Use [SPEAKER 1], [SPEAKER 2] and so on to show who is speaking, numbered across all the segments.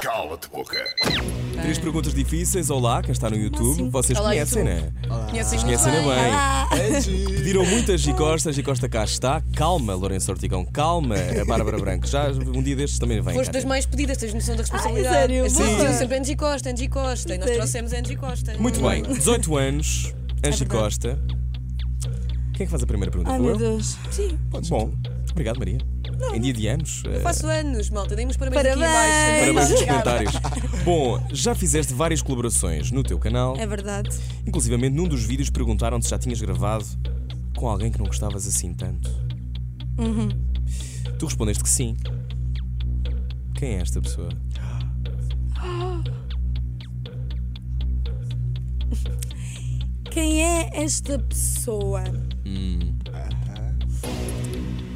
[SPEAKER 1] Cala-te, boca.
[SPEAKER 2] Três perguntas difíceis. Olá, quem está no YouTube.
[SPEAKER 3] sim.
[SPEAKER 2] Vocês
[SPEAKER 3] Ah. assim? Olá,
[SPEAKER 2] conhecem, né?
[SPEAKER 3] Conheces muito
[SPEAKER 2] Conhecem-na
[SPEAKER 3] bem.
[SPEAKER 2] bem. Pediram muitas Gicosta. Gicosta cá está. Calma, Lourenço Ortigão. Calma, a Bárbara Branco. Já um dia destes também vem.
[SPEAKER 4] Foste
[SPEAKER 2] cá.
[SPEAKER 4] das mais pedidas, tens noção da responsabilidade.
[SPEAKER 3] sério?
[SPEAKER 4] As pessoas
[SPEAKER 3] Sim.
[SPEAKER 4] diziam sempre Angie Costa, Angie Costa, e nós trouxemos Angie Costa.
[SPEAKER 2] Muito bem. 18 anos. Angie
[SPEAKER 3] verdade.
[SPEAKER 2] Costa. Quem é que faz a primeira pergunta?
[SPEAKER 3] Ai
[SPEAKER 2] Sou
[SPEAKER 3] meu
[SPEAKER 2] eu?
[SPEAKER 3] Deus. Sim.
[SPEAKER 2] Bom, obrigado, Maria. em dia de anos. eh,
[SPEAKER 4] Faço anos, malta, demos parabéns, aqui
[SPEAKER 3] Parabéns.
[SPEAKER 4] em
[SPEAKER 2] Parabéns
[SPEAKER 4] baixo.
[SPEAKER 2] nos comentários. Bom, já fizeste várias colaborações no teu canal.
[SPEAKER 3] É verdade.
[SPEAKER 2] Inclusivamente num dos vídeos perguntaram se já tinhas gravado com alguém que não gostavas assim tanto. Tu respondeste que sim. Quem é esta pessoa?
[SPEAKER 3] Quem é esta pessoa?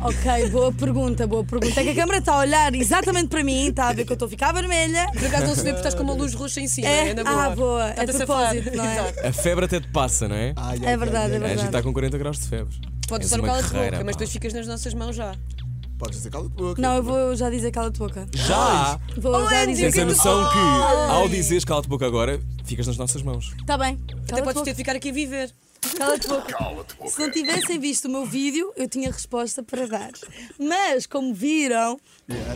[SPEAKER 3] Ok, boa pergunta, boa pergunta. É que a câmera está a olhar exatamente para mim, está a ver que eu estou a ficar vermelha.
[SPEAKER 4] Por acaso não se vê porque estás com uma luz roxa em cima,
[SPEAKER 3] É,
[SPEAKER 4] é, na boa.
[SPEAKER 3] ah, boa, é
[SPEAKER 4] Está-te a
[SPEAKER 3] de
[SPEAKER 4] safar.
[SPEAKER 3] propósito, não é?
[SPEAKER 4] Exato.
[SPEAKER 2] A febre até te passa, não é?
[SPEAKER 3] É verdade, é
[SPEAKER 2] a gente está
[SPEAKER 3] verdade.
[SPEAKER 2] com 40 graus de febre.
[SPEAKER 4] Podes
[SPEAKER 2] És
[SPEAKER 4] usar o
[SPEAKER 2] uma
[SPEAKER 4] cala de
[SPEAKER 2] guerreira,
[SPEAKER 4] boca, mas
[SPEAKER 2] pá.
[SPEAKER 4] depois ficas nas nossas mãos já.
[SPEAKER 1] Podes dizer cala-te, boca.
[SPEAKER 3] Não, eu vou já dizer cala tua boca.
[SPEAKER 2] Já!
[SPEAKER 3] Vou já
[SPEAKER 4] Andy,
[SPEAKER 3] dizer
[SPEAKER 2] Tens a
[SPEAKER 3] cala
[SPEAKER 2] noção que, ao dizeres cala-te boca agora, ficas nas nossas mãos.
[SPEAKER 3] Está Tá bem.
[SPEAKER 4] Até
[SPEAKER 3] Cala
[SPEAKER 4] podes
[SPEAKER 3] tua
[SPEAKER 4] ter de ficar aqui a viver.
[SPEAKER 3] Cala tua boca.
[SPEAKER 1] Cala-te,
[SPEAKER 3] Se não
[SPEAKER 1] boca.
[SPEAKER 3] tivessem visto o meu vídeo, eu tinha resposta para dar. Mas, como viram,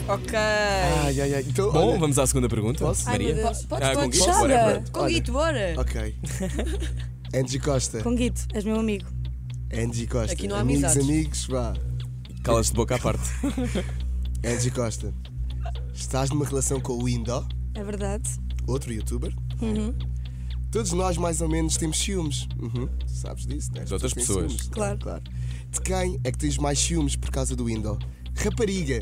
[SPEAKER 4] Ok.
[SPEAKER 5] Ai, ai, ai. Então,
[SPEAKER 2] Bom,
[SPEAKER 5] olha,
[SPEAKER 2] vamos à segunda pergunta.
[SPEAKER 5] Posso? Ai,
[SPEAKER 2] Maria?
[SPEAKER 3] meu Deus.
[SPEAKER 4] Podes
[SPEAKER 2] Ah,
[SPEAKER 4] todos.
[SPEAKER 2] com guito,
[SPEAKER 3] Chora.
[SPEAKER 2] whatever.
[SPEAKER 4] Com Guito, bora.
[SPEAKER 5] Ok. Angie Costa.
[SPEAKER 3] com Guito, és meu amigo.
[SPEAKER 5] Angie Costa.
[SPEAKER 4] Aqui não há
[SPEAKER 5] amigos,
[SPEAKER 4] amizades.
[SPEAKER 5] amigos, vá.
[SPEAKER 2] Calas-te de boca à parte.
[SPEAKER 5] Angie Costa. Estás numa relação com o Indo,
[SPEAKER 3] É verdade.
[SPEAKER 5] outro youtuber.
[SPEAKER 4] Uhum.
[SPEAKER 5] Todos nós, mais ou menos, temos ciúmes. Uhum. Sabes disso, né? As
[SPEAKER 2] De outras
[SPEAKER 5] têm
[SPEAKER 2] pessoas.
[SPEAKER 5] ciúmes,
[SPEAKER 3] Claro.
[SPEAKER 5] claro. De quem é que tens mais ciúmes por causa do Indo? Rapariga.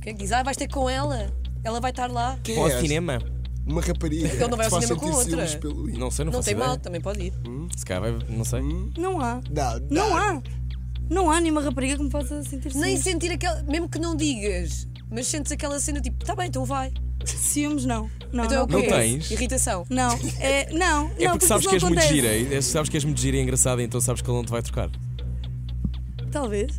[SPEAKER 4] Quem é que diz? Ah, vais ter com ela. Ela vai estar lá.
[SPEAKER 5] Quem
[SPEAKER 2] Ou
[SPEAKER 5] é
[SPEAKER 2] ao
[SPEAKER 5] esta?
[SPEAKER 2] cinema?
[SPEAKER 5] Uma rapariga.
[SPEAKER 4] Ele não vai ao
[SPEAKER 5] que te faz
[SPEAKER 4] cinema com
[SPEAKER 5] sentir
[SPEAKER 4] outra.
[SPEAKER 5] ciúmes Pelo Indo.
[SPEAKER 2] Não sei, não,
[SPEAKER 4] Não
[SPEAKER 2] faço
[SPEAKER 4] tem
[SPEAKER 2] ideia.
[SPEAKER 4] mal, também pode ir.
[SPEAKER 2] Se calhar vai, não sei.
[SPEAKER 3] Não há.
[SPEAKER 5] Não, não.
[SPEAKER 3] Não há. Não há nenhuma rapariga que me possa sentir assim.
[SPEAKER 4] Nem
[SPEAKER 3] ciúmes.
[SPEAKER 4] sentir aquela. Mesmo que não digas, mas sentes aquela cena tipo, tá bem, então vai.
[SPEAKER 3] Ciúmes, não. Não,
[SPEAKER 4] Então é o
[SPEAKER 2] Não
[SPEAKER 4] quê?
[SPEAKER 2] tens?
[SPEAKER 4] Irritação.
[SPEAKER 3] não. É, não,
[SPEAKER 2] É
[SPEAKER 3] não,
[SPEAKER 2] porque
[SPEAKER 3] isso
[SPEAKER 2] sabes
[SPEAKER 3] não
[SPEAKER 2] que és muito
[SPEAKER 3] acontece.
[SPEAKER 2] gira, e- sabes que és muito gira e engraçada, então sabes que ele não te vai trocar.
[SPEAKER 3] Talvez.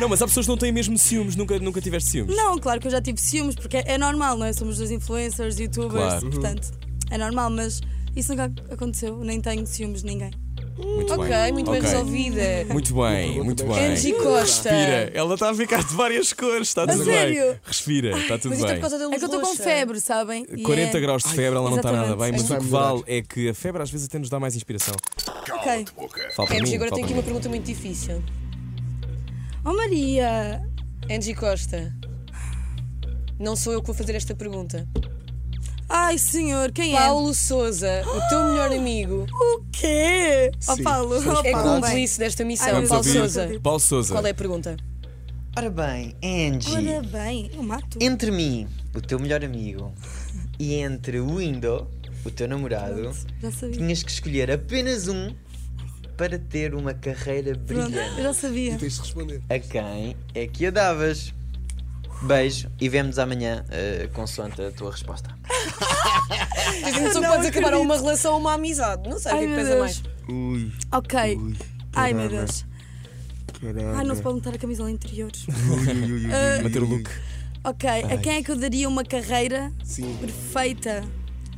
[SPEAKER 2] Não, mas há pessoas que não têm mesmo ciúmes, nunca, nunca tiveste ciúmes.
[SPEAKER 3] Não, claro que eu já tive ciúmes, porque é é normal, não é? Somos dois influencers, youtubers,
[SPEAKER 2] Claro. Uhum.
[SPEAKER 3] portanto, é normal, mas isso nunca aconteceu, nem tenho ciúmes de ninguém.
[SPEAKER 2] Muito
[SPEAKER 4] Ok,
[SPEAKER 2] bem.
[SPEAKER 4] muito bem
[SPEAKER 2] Ok.
[SPEAKER 4] resolvida.
[SPEAKER 2] Muito bem, muito bem.
[SPEAKER 4] Angie Costa.
[SPEAKER 2] Respira, ela está a ficar de várias cores, está tudo bem.
[SPEAKER 3] sério?
[SPEAKER 2] Respira, está tudo
[SPEAKER 4] Mas isto é por
[SPEAKER 2] bem.
[SPEAKER 4] causa da luz
[SPEAKER 3] É que eu estou com
[SPEAKER 4] roxa.
[SPEAKER 3] febre, sabem? E
[SPEAKER 2] 40
[SPEAKER 3] é-
[SPEAKER 2] graus de febre, ela não está nada bem, mas o que
[SPEAKER 5] Exatamente.
[SPEAKER 2] vale é que a febre às vezes até nos dá mais inspiração.
[SPEAKER 1] Cala-te, boca.
[SPEAKER 2] Fala para mim.
[SPEAKER 4] Angie,
[SPEAKER 2] fala
[SPEAKER 4] agora tenho aqui
[SPEAKER 2] para
[SPEAKER 4] uma
[SPEAKER 2] mim.
[SPEAKER 4] pergunta muito difícil.
[SPEAKER 3] Oh Maria!
[SPEAKER 4] Angie Costa, não sou eu que vou fazer esta pergunta.
[SPEAKER 3] Ai senhor, quem
[SPEAKER 4] Paulo Souza, o teu melhor amigo,
[SPEAKER 3] é? O quê? Ó
[SPEAKER 5] Sim,
[SPEAKER 3] Paulo,
[SPEAKER 5] somos
[SPEAKER 3] ó
[SPEAKER 4] é
[SPEAKER 3] Paulo.
[SPEAKER 4] cúmplice desta
[SPEAKER 3] Ai,
[SPEAKER 4] missão.
[SPEAKER 3] meu
[SPEAKER 2] Vamos
[SPEAKER 4] um Paulo
[SPEAKER 3] Deus.
[SPEAKER 4] Souza,
[SPEAKER 2] ouvir Paulo Souza.
[SPEAKER 4] qual é a pergunta?
[SPEAKER 6] Ora bem, Angie,
[SPEAKER 3] Ora bem, eu mato.
[SPEAKER 6] entre mim, o teu melhor amigo, e entre o Indo, o teu namorado,
[SPEAKER 3] Já sabia.
[SPEAKER 6] tinhas que escolher apenas um para ter uma carreira
[SPEAKER 3] Pronto, eu
[SPEAKER 6] brilhante.
[SPEAKER 3] já sabia.
[SPEAKER 5] Tens de responder.
[SPEAKER 6] A quem é que a davas? Beijo e vemos amanhã, eh, consoante a tua resposta.
[SPEAKER 4] Tens a noção que
[SPEAKER 3] não
[SPEAKER 4] podes acabar
[SPEAKER 3] acredito.
[SPEAKER 4] uma relação ou uma amizade. Não sei o que é
[SPEAKER 3] Ai
[SPEAKER 4] que
[SPEAKER 3] meu
[SPEAKER 4] pesa mais.
[SPEAKER 3] Deus.
[SPEAKER 5] Ui,
[SPEAKER 3] Ok.
[SPEAKER 5] ui.
[SPEAKER 3] Ai meu
[SPEAKER 5] caramba,
[SPEAKER 3] Deus.
[SPEAKER 5] Caramba.
[SPEAKER 3] Ai, não se pode montar a camisola interior.
[SPEAKER 5] Ui, ui, ui, ui,
[SPEAKER 4] é?
[SPEAKER 5] ui,
[SPEAKER 2] Manter o
[SPEAKER 5] ui.
[SPEAKER 2] look.
[SPEAKER 3] Ok, a quem é que eu daria uma carreira
[SPEAKER 5] Sim.
[SPEAKER 3] perfeita?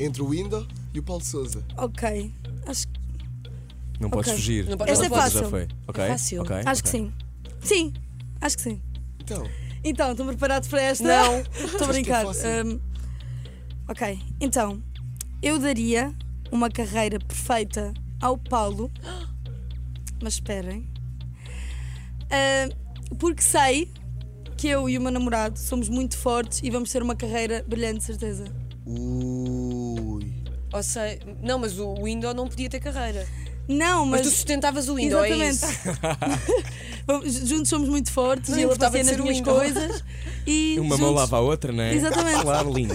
[SPEAKER 5] entre o Indo e o Paulo Souza.
[SPEAKER 3] Ok. Acho,
[SPEAKER 2] Não podes
[SPEAKER 3] Ok.
[SPEAKER 2] fugir.
[SPEAKER 4] Não podes-
[SPEAKER 2] Ela
[SPEAKER 4] Esta é
[SPEAKER 2] pode, Já
[SPEAKER 3] fácil.
[SPEAKER 2] foi. Ok,
[SPEAKER 4] fácil.
[SPEAKER 2] ok,
[SPEAKER 3] acho que
[SPEAKER 2] ok.
[SPEAKER 3] sim. Sim, acho que sim.
[SPEAKER 5] Então,
[SPEAKER 3] Então, estão preparados para esta?
[SPEAKER 4] Não. é
[SPEAKER 3] Estou a brincar.
[SPEAKER 5] fácil.
[SPEAKER 3] Hum, ok, então, eu daria uma carreira perfeita ao Paulo. Mas esperem. Hum, porque sei que eu e o meu namorado somos muito fortes e vamos ter uma carreira brilhante, de certeza.
[SPEAKER 5] ui.
[SPEAKER 4] Ou sei, não, mas o Window não podia ter carreira.
[SPEAKER 3] Não,
[SPEAKER 4] Mas,
[SPEAKER 3] mas.
[SPEAKER 4] tu sustentavas o Window, é isso?
[SPEAKER 3] Vamos- juntos somos muito fortes
[SPEAKER 4] Não
[SPEAKER 3] e ele
[SPEAKER 4] importava
[SPEAKER 3] fazia
[SPEAKER 4] de
[SPEAKER 3] nas
[SPEAKER 4] ser o
[SPEAKER 3] minhas
[SPEAKER 4] Windows.
[SPEAKER 3] coisas. E
[SPEAKER 2] Uma mão
[SPEAKER 3] juntos-
[SPEAKER 2] lava a outra, não é?
[SPEAKER 3] Exatamente. Uh.
[SPEAKER 2] Claro, linda.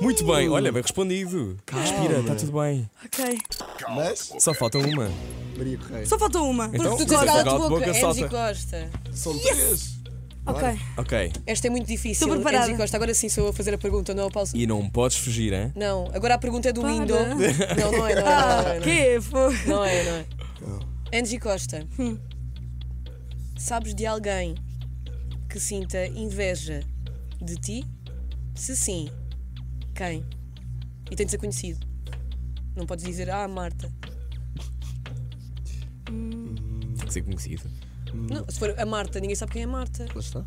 [SPEAKER 2] Muito bem, olha, bem respondido. Respira, está tudo bem.
[SPEAKER 3] Ok.
[SPEAKER 5] Mas,
[SPEAKER 2] Só falta uma.
[SPEAKER 5] Maria Correia,
[SPEAKER 3] Só faltou uma.
[SPEAKER 2] Então,
[SPEAKER 4] Tu
[SPEAKER 2] Sim,
[SPEAKER 4] dizes cala de
[SPEAKER 2] cala-te
[SPEAKER 4] boca,
[SPEAKER 3] é
[SPEAKER 2] boca,
[SPEAKER 4] Angie
[SPEAKER 2] salta.
[SPEAKER 4] Costa.
[SPEAKER 5] são três.
[SPEAKER 3] Ok.
[SPEAKER 2] Ok,
[SPEAKER 4] Esta é muito difícil.
[SPEAKER 3] Estou preparada.
[SPEAKER 4] Angie Costa, agora sim sou eu a fazer a pergunta, não é o Paulo
[SPEAKER 2] e não podes fugir, hein?
[SPEAKER 4] Não, agora a pergunta é do
[SPEAKER 3] Para.
[SPEAKER 4] Window. Não, não é, não é. Não é,
[SPEAKER 3] Ah,
[SPEAKER 4] não é.
[SPEAKER 3] que foi?
[SPEAKER 4] Não é, não é. Angie Costa,
[SPEAKER 3] Hum.
[SPEAKER 4] sabes de alguém que sinta inveja de ti Se sim, quem? E tem de ser conhecido. Não podes dizer, ah, Marta.
[SPEAKER 2] Tem que ser conhecido.
[SPEAKER 4] Não, se for a Marta, ninguém sabe quem é a Marta.
[SPEAKER 5] Lá está.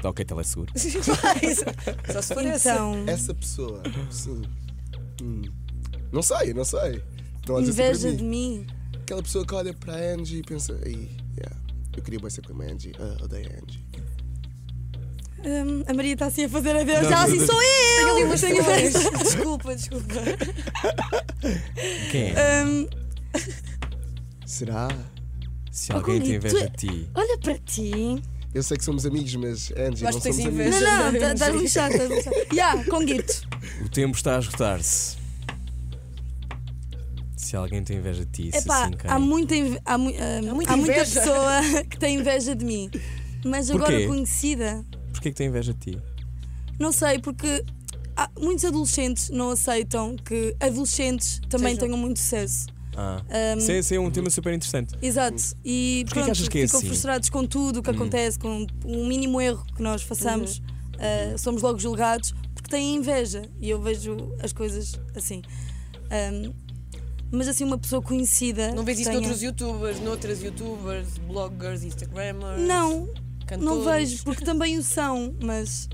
[SPEAKER 2] Tá ok, telesseguro.
[SPEAKER 4] Só se for essa.
[SPEAKER 3] Então,
[SPEAKER 5] Essa pessoa, sim. Hum. Não sei, não sei. Estão a dizer sempre
[SPEAKER 3] inveja
[SPEAKER 5] para
[SPEAKER 3] de
[SPEAKER 5] mim.
[SPEAKER 3] mim.
[SPEAKER 5] Aquela pessoa que olha para a Angie e pensa, aí, yeah, eu queria bem ser como a Angie. Ah, odeio a Angie.
[SPEAKER 3] Hum, a Maria está assim a fazer a Deus.
[SPEAKER 2] Não,
[SPEAKER 3] Ela
[SPEAKER 2] não,
[SPEAKER 3] assim,
[SPEAKER 2] não.
[SPEAKER 3] sou eu!
[SPEAKER 4] ali umas
[SPEAKER 3] Tenho inveja.
[SPEAKER 4] flores. é Desculpa, desculpa.
[SPEAKER 2] Quem é?
[SPEAKER 3] Hum,
[SPEAKER 5] Será?
[SPEAKER 2] Se alguém
[SPEAKER 3] Rui,
[SPEAKER 2] tem
[SPEAKER 3] tu
[SPEAKER 2] inveja
[SPEAKER 3] é-
[SPEAKER 2] de ti.
[SPEAKER 3] olha para ti.
[SPEAKER 5] Eu sei que somos amigos, mas Angie,
[SPEAKER 4] Acho que
[SPEAKER 5] não
[SPEAKER 4] tens
[SPEAKER 5] somos
[SPEAKER 4] inveja.
[SPEAKER 5] amigos.
[SPEAKER 3] Não,
[SPEAKER 4] Já
[SPEAKER 3] não,
[SPEAKER 4] sabemos.
[SPEAKER 3] estás lixado, estás lixado. Já, com guito.
[SPEAKER 2] O tempo está a esgotar-se. Se alguém tem inveja de ti, se
[SPEAKER 3] Epá,
[SPEAKER 2] assim, quem?
[SPEAKER 3] há muita, inve- há, mu- hum,
[SPEAKER 4] Há muita
[SPEAKER 3] há muita
[SPEAKER 4] inveja.
[SPEAKER 3] pessoa que tem inveja de mim. Mas
[SPEAKER 2] Porquê?
[SPEAKER 3] agora conhecida,
[SPEAKER 2] Porquê que tem inveja de ti?
[SPEAKER 3] não sei, porque há- muitos adolescentes não aceitam que adolescentes também
[SPEAKER 4] Sejam.
[SPEAKER 3] tenham muito sucesso.
[SPEAKER 2] Ah.
[SPEAKER 3] Hum,
[SPEAKER 2] Isso, é, isso é um tema super interessante.
[SPEAKER 3] Exato.
[SPEAKER 2] Porquê Hum.
[SPEAKER 3] E
[SPEAKER 2] que
[SPEAKER 3] pronto,
[SPEAKER 2] achas que é
[SPEAKER 3] ficam
[SPEAKER 2] assim? Hum.
[SPEAKER 3] frustrados com tudo o que acontece, com um mínimo erro que nós façamos,
[SPEAKER 4] Uhum.
[SPEAKER 3] ah, somos logo julgados porque têm inveja. E eu vejo as coisas assim. Ahm, mas assim, uma pessoa conhecida.
[SPEAKER 4] Não vês
[SPEAKER 3] que
[SPEAKER 4] isso
[SPEAKER 3] tenha-
[SPEAKER 4] noutros youtubers, noutras youtubers, bloggers, instagrammers?
[SPEAKER 3] Não, não
[SPEAKER 4] cantores?
[SPEAKER 3] vejo, porque também o são, mas.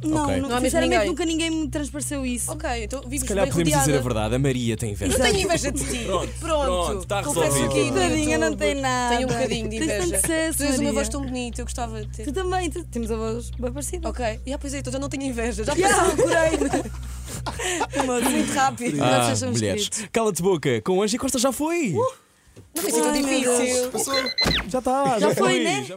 [SPEAKER 3] Não,
[SPEAKER 2] Ok.
[SPEAKER 3] não,
[SPEAKER 4] Não há mesmo
[SPEAKER 3] sinceramente
[SPEAKER 4] ninguém.
[SPEAKER 3] nunca ninguém me transpareceu isso.
[SPEAKER 4] Ok, então vives
[SPEAKER 2] Se calhar
[SPEAKER 4] bem
[SPEAKER 2] podemos
[SPEAKER 4] rodeada.
[SPEAKER 2] dizer a verdade. A Maria tem inveja.
[SPEAKER 4] Não tenho inveja de ti.
[SPEAKER 2] Pronto, pronto,
[SPEAKER 4] pronto.
[SPEAKER 2] tá
[SPEAKER 4] Confesso
[SPEAKER 2] resolvido.
[SPEAKER 4] aqui no
[SPEAKER 3] Tadinha, não
[SPEAKER 4] YouTube.
[SPEAKER 3] tem nada.
[SPEAKER 4] Tenho um bocadinho de
[SPEAKER 3] Tens tanto
[SPEAKER 4] inveja. tu
[SPEAKER 3] sucesso,
[SPEAKER 4] tens uma
[SPEAKER 3] Maria.
[SPEAKER 4] voz tão bonita, eu gostava de
[SPEAKER 3] Tu
[SPEAKER 4] ter.
[SPEAKER 3] também, tu- temos a voz bem parecida.
[SPEAKER 4] Ok, yeah, pois é, então já não tenho inveja. Já
[SPEAKER 3] Yeah.
[SPEAKER 4] passou por aí. Muito rápido.
[SPEAKER 3] Nós
[SPEAKER 2] Ah,
[SPEAKER 3] já somos
[SPEAKER 2] mulheres. Cala-te boca, com Anjo e Costa já foi!
[SPEAKER 3] Uh,
[SPEAKER 4] Não foi assim tão
[SPEAKER 3] Ai, meu
[SPEAKER 4] difícil.
[SPEAKER 3] Deus.
[SPEAKER 5] Passou.
[SPEAKER 2] Tá, Já está, já,
[SPEAKER 3] foi, né?
[SPEAKER 2] Já